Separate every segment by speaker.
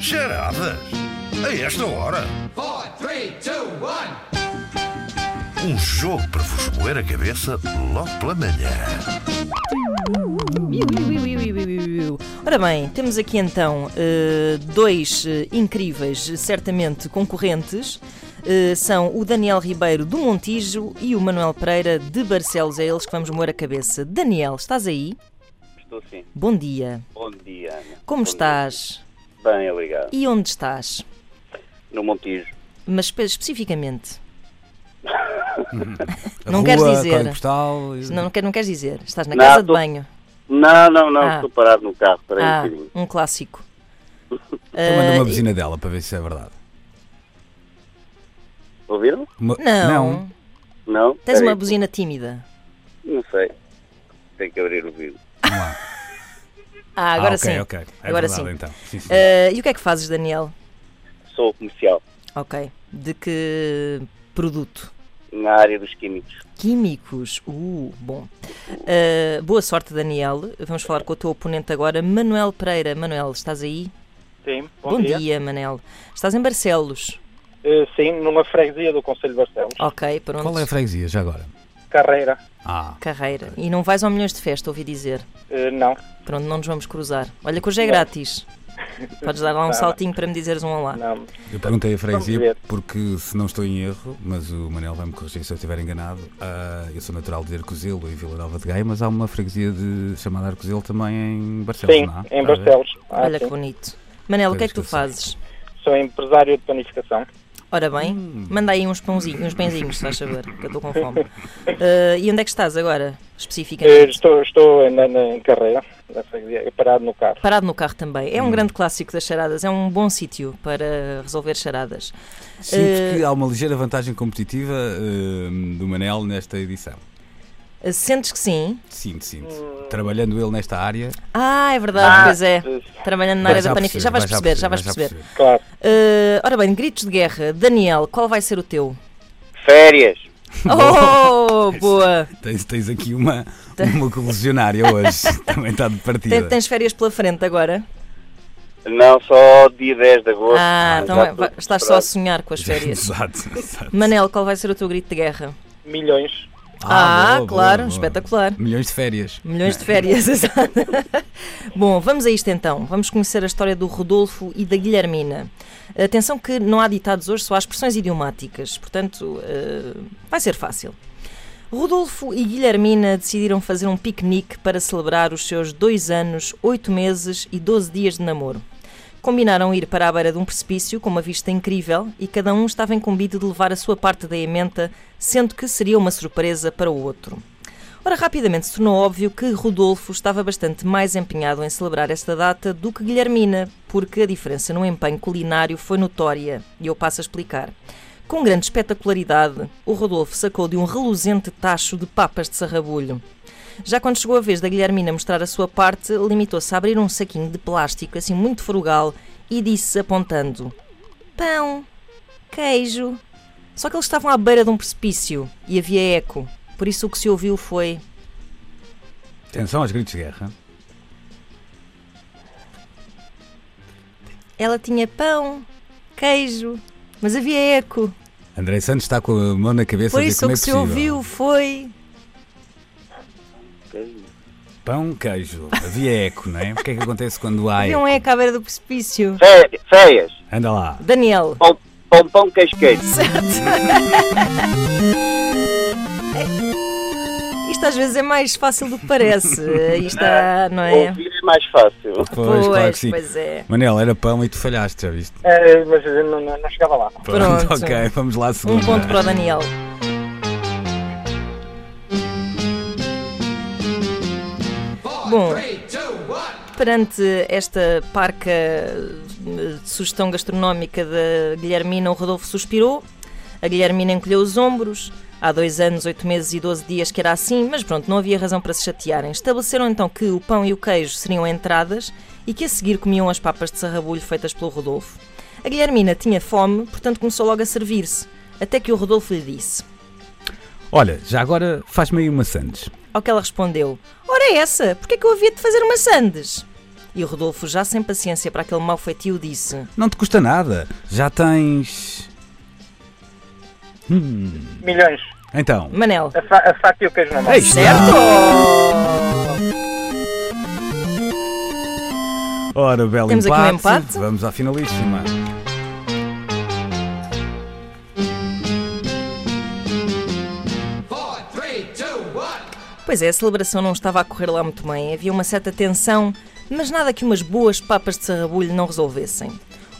Speaker 1: Charadas? A esta hora?
Speaker 2: four, three, two, one.
Speaker 1: Um jogo para vos moer a cabeça logo pela manhã.
Speaker 3: Iu, iu, iu, iu, iu, iu, iu. Ora bem, temos aqui então eh, dois eh, incríveis, eh, certamente concorrentes. Eh, são o Daniel Ribeiro do Montijo e o Manuel Pereira de Barcelos. É eles que vamos moer a cabeça. Daniel, estás aí?
Speaker 4: Estou sim.
Speaker 3: Bom dia.
Speaker 4: Bom dia, Ana.
Speaker 3: Como
Speaker 4: Bom
Speaker 3: estás?
Speaker 4: dia. Bem, obrigado.
Speaker 3: E onde estás?
Speaker 4: No Montijo.
Speaker 3: Mas espe- especificamente.
Speaker 5: A
Speaker 3: Não
Speaker 5: rua,
Speaker 3: queres dizer.
Speaker 5: código postal, e-
Speaker 3: Não, não, quer- não queres dizer. Estás na
Speaker 4: Não,
Speaker 3: casa de
Speaker 4: tô-
Speaker 3: banho.
Speaker 4: Não, não, não.
Speaker 3: Ah.
Speaker 4: Estou parado no carro. Espera aí
Speaker 3: Ah,
Speaker 4: um bocadinho.
Speaker 3: um clássico.
Speaker 5: Então manda
Speaker 3: Eh,
Speaker 5: uma buzina dela para ver se é verdade.
Speaker 4: Ouviram?
Speaker 5: Uma-
Speaker 3: Não.
Speaker 4: Não?
Speaker 3: Tens
Speaker 4: Espera
Speaker 3: uma
Speaker 4: aí.
Speaker 3: buzina tímida.
Speaker 4: Não sei. Tenho que abrir o vídeo.
Speaker 3: Ah,
Speaker 5: Ah,
Speaker 3: agora
Speaker 5: ok,
Speaker 3: sim.
Speaker 5: ok. É
Speaker 3: agora
Speaker 5: verdade,
Speaker 3: sim.
Speaker 5: então. Sim, sim.
Speaker 3: Eh, e o que é que fazes, Daniel?
Speaker 4: Sou comercial
Speaker 3: Ok. De que produto?
Speaker 4: na área dos químicos.
Speaker 3: Químicos. Uh, bom. Eh, boa sorte, Daniel. Vamos falar com o teu oponente agora, Manuel Pereira. Manuel, estás aí?
Speaker 6: Sim, bom,
Speaker 3: Bom
Speaker 6: dia.
Speaker 3: Manuel. Estás em Barcelos.
Speaker 6: Eh, sim, numa freguesia do Conselho de Barcelos.
Speaker 3: Ok, pronto.
Speaker 5: Qual é a freguesia já agora?
Speaker 6: Carreira,
Speaker 5: Ah,
Speaker 3: Carreira. E não vais ao Milhões de Festa, ouvi dizer.
Speaker 6: eh, não.
Speaker 3: Pronto, não nos vamos cruzar. Olha que hoje é grátis. Podes dar lá um
Speaker 6: Tá,
Speaker 3: saltinho para me dizeres um olá.
Speaker 6: não.
Speaker 5: eu perguntei a
Speaker 6: ver.
Speaker 5: freguesia porque, se não estou em erro, mas o Manel vai-me corrigir se eu estiver enganado. ah, eu sou natural de Arcozelo e Vila Nova de Gaia, mas há uma freguesia de chamada Arcozelo também em Barcelos,
Speaker 6: Sim,
Speaker 5: não há? Está a
Speaker 6: em
Speaker 5: ver?
Speaker 6: Barcelos. Ah,
Speaker 3: Olha que
Speaker 6: sim.
Speaker 3: bonito. Manel, o que é
Speaker 5: Coisas
Speaker 3: que tu
Speaker 5: que eu sei.
Speaker 3: fazes?
Speaker 6: Sou empresário de planificação.
Speaker 3: Ora bem, manda aí uns pãozinhos, uns pãezinhos, se faz favor, que eu estou com fome. Eh, e onde é que estás agora,
Speaker 6: Eh,
Speaker 3: especificamente?
Speaker 6: estou estou na, na- em carreira, na freguesia, parado no carro.
Speaker 3: Parado no carro também. É um grande clássico das charadas, é um bom sítio para resolver charadas.
Speaker 5: Sim,
Speaker 3: Eh,
Speaker 5: porque há uma ligeira vantagem competitiva ah, do Manel nesta edição.
Speaker 3: Eh, Sentes que sim?
Speaker 5: Sinto, sinto.
Speaker 6: Hum.
Speaker 5: Trabalhando ele nesta área.
Speaker 3: Ah, é verdade, pois é.
Speaker 6: Eh,
Speaker 3: Trabalhando na área
Speaker 5: já
Speaker 3: da panificação. Já vais perceber, já vais perceber.
Speaker 6: Claro.
Speaker 3: Eh, ora bem, gritos de guerra. Daniel, qual vai ser o teu?
Speaker 4: Férias.
Speaker 3: Oh, boa!
Speaker 5: Tens, tens aqui uma, uma colecionária hoje, também está de partida.
Speaker 3: Ten- Tens férias pela frente agora?
Speaker 4: Não, só dia 10 de agosto.
Speaker 3: Ah, então
Speaker 4: Já
Speaker 3: é-
Speaker 4: estou
Speaker 3: vai- estás só a
Speaker 4: preparado.
Speaker 3: sonhar com as férias.
Speaker 5: Exato, exato.
Speaker 3: Manel, qual vai ser o teu grito de guerra?
Speaker 6: Milhões.
Speaker 3: Ah,
Speaker 5: boa, boa,
Speaker 3: claro,
Speaker 5: boa.
Speaker 3: espetacular.
Speaker 5: Milhões de férias.
Speaker 3: Milhões de férias, exato. Bom, vamos a isto então. Vamos conhecer a história do Rodolfo e da Guilhermina. Atenção que não há ditados hoje, só há expressões idiomáticas, portanto eh, vai ser fácil. Rodolfo e Guilhermina decidiram fazer um piquenique para celebrar os seus dois anos, oito meses e 12 dias de namoro. Combinaram ir para a beira de um precipício com uma vista incrível e cada um estava incumbido de levar a sua parte da ementa, sendo que seria uma surpresa para o outro. Ora, rapidamente se tornou óbvio que Rodolfo estava bastante mais empenhado em celebrar esta data do que Guilhermina, porque a diferença no empenho culinário foi notória, e eu passo a explicar. Com grande espetacularidade, o Rodolfo sacou de um reluzente tacho de papas de sarrabulho. Já quando chegou a vez da Guilhermina mostrar a sua parte, limitou-se a abrir um saquinho de plástico, assim muito frugal, e disse apontando: Pão, queijo. Só que eles estavam à beira de um precipício e havia eco. Por isso o que se ouviu foi.
Speaker 5: Atenção aos gritos de guerra.
Speaker 3: Ela tinha pão, queijo, mas havia eco.
Speaker 5: André Santos está com a mão na cabeça
Speaker 3: Por
Speaker 5: a dizer
Speaker 3: isso o
Speaker 5: como
Speaker 3: que
Speaker 5: é
Speaker 3: se
Speaker 5: possível.
Speaker 3: ouviu foi.
Speaker 5: Pão, queijo, havia eco, não é? O que é que acontece quando há
Speaker 3: Havia
Speaker 5: eco?
Speaker 3: um eco à beira do precipício.
Speaker 4: Férias. Férias.
Speaker 5: Anda lá.
Speaker 3: Daniel.
Speaker 4: Pão, pão, pão queijo, queijo.
Speaker 3: Isto às vezes é mais fácil do que parece. Isto há, não é?
Speaker 4: Ouvir é mais fácil.
Speaker 5: Pois, claro que sim.
Speaker 3: pois é.
Speaker 5: Manel, era pão e tu falhaste, já viste?
Speaker 6: Eh, mas eh, não, não- não chegava lá.
Speaker 3: Pronto.
Speaker 5: ok, vamos lá à segunda.
Speaker 3: Um ponto para o Daniel. Bom, perante esta parca eh, sugestão gastronómica da Guilhermina, o Rodolfo suspirou. A Guilhermina encolheu os ombros. Há dois anos, oito meses e 12 dias que era assim, mas pronto, não havia razão para se chatearem. Estabeleceram então que o pão e o queijo seriam entradas e que a seguir comiam as papas de sarrabulho feitas pelo Rodolfo. A Guilhermina tinha fome, portanto começou logo a servir-se, até que o Rodolfo lhe disse.
Speaker 5: Olha, já agora faz-me aí uma Santos.
Speaker 3: é Ao que ela respondeu: Ora, essa, porque é que eu havia de fazer uma sandes? E o Rodolfo, já sem paciência para aquele mau feitio, disse:
Speaker 5: Não te custa nada. Já tens.
Speaker 6: Milhões.
Speaker 5: Então.
Speaker 3: Manel,
Speaker 6: A, fa a faca e o queijo na mão.
Speaker 5: É isto. Ora, belo
Speaker 3: Temos aqui um
Speaker 5: empate.
Speaker 3: empate.
Speaker 5: Vamos à finalíssima.
Speaker 2: Four, three, two, one.
Speaker 3: Pois é, a celebração não estava a correr lá muito bem, havia uma certa tensão, mas nada que umas boas papas de sarrabulho não resolvessem.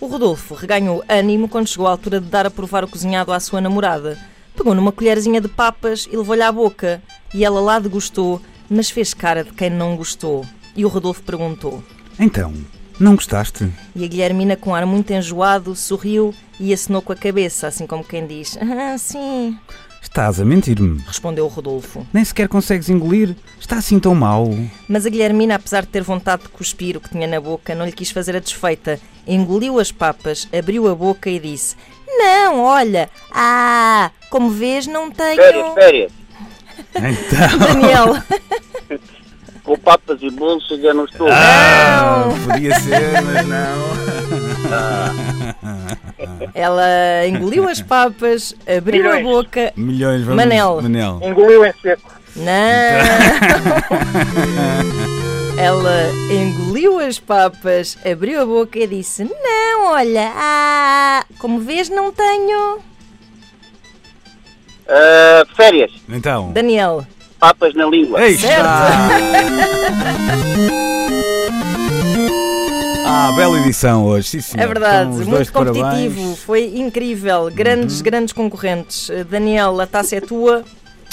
Speaker 3: O Rodolfo reganhou ânimo quando chegou à altura de dar a provar o cozinhado à sua namorada. Pegou numa colherzinha de papas e levou-lhe à boca, e ela lá degustou, mas fez cara de quem não gostou. E o Rodolfo perguntou.
Speaker 5: Então, não gostaste?
Speaker 3: E a Guilhermina, com ar muito enjoado, sorriu e acenou com a cabeça, assim como quem diz: Ah, sim.
Speaker 5: Estás a mentir-me.
Speaker 3: Respondeu o Rodolfo.
Speaker 5: Nem sequer consegues engolir. Está assim tão mal.
Speaker 3: Mas a Guilhermina, apesar de ter vontade de cuspir o que tinha na boca, não lhe quis fazer a desfeita. Engoliu as papas, abriu a boca e disse: Não, olha, ah, como vês, não
Speaker 4: Férias,
Speaker 3: tenho.
Speaker 4: férias.
Speaker 5: Então,
Speaker 3: Daniel,
Speaker 4: Com papas e bolos já não estou.
Speaker 6: Ah.
Speaker 5: podia ser, mas não.
Speaker 3: ela engoliu as papas, abriu a
Speaker 6: Milhões.
Speaker 3: boca.
Speaker 5: Milhões, vamos.
Speaker 3: Manel.
Speaker 5: Manel.
Speaker 6: Engoliu em seco.
Speaker 3: Não! ela engoliu as papas, abriu a boca e disse: Não, olha, ah, como vês, não tenho.
Speaker 4: Ah, férias,
Speaker 5: Então.
Speaker 3: Daniel,
Speaker 4: papas na língua.
Speaker 5: Aí está! Ah, bela edição hoje, sim, senhor.
Speaker 3: É verdade,
Speaker 5: Então, os
Speaker 3: muito
Speaker 5: dois de parabéns. Uhum.
Speaker 3: competitivo, foi incrível. Grandes, grandes concorrentes. Eh, Daniel, a taça é tua.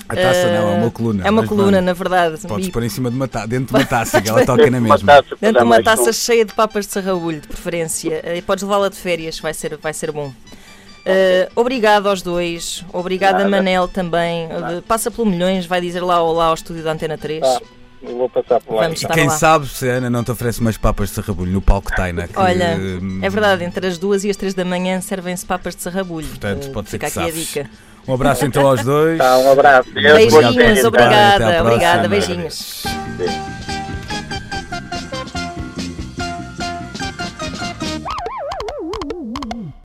Speaker 5: A taça
Speaker 3: Eh,
Speaker 5: não, é uma coluna.
Speaker 3: É uma
Speaker 5: mas
Speaker 3: coluna,
Speaker 5: vamos.
Speaker 3: na verdade.
Speaker 5: Podes
Speaker 3: E
Speaker 5: pôr em cima de uma taça, dentro de uma taça, que ela toca na
Speaker 4: Uma
Speaker 5: mesma.
Speaker 4: taça,
Speaker 3: Dentro de uma
Speaker 4: mais
Speaker 3: taça
Speaker 4: um.
Speaker 3: cheia de papas de sarraúlho, de preferência. Eh, E podes levá-la de férias, vai ser, vai ser bom. Eh, obrigado aos dois, obrigada Manel também. Eh, Passa pelo Milhões, vai dizer lá olá ao estúdio da Antena 3.
Speaker 6: Tá. Eu vou passar por lá.
Speaker 3: Vamos
Speaker 5: E
Speaker 3: estar
Speaker 5: quem
Speaker 3: Tá lá.
Speaker 5: sabe se a Ana não te oferece umas papas de sarrabulho no palco Taina. que,
Speaker 3: Olha,
Speaker 5: hum,
Speaker 3: é verdade, entre as duas e as três da manhã servem-se papas de sarrabulho.
Speaker 5: Portanto,
Speaker 3: Eh,
Speaker 5: pode ser
Speaker 3: Fica
Speaker 5: que
Speaker 3: aqui a
Speaker 5: safes.
Speaker 3: dica.
Speaker 5: Um abraço então aos dois.
Speaker 6: Tá, um abraço.
Speaker 5: Obrigado por
Speaker 3: Beijinhos,
Speaker 5: participar.
Speaker 3: obrigada,
Speaker 5: Até à próxima.
Speaker 3: obrigada, beijinhos.
Speaker 5: Adeus.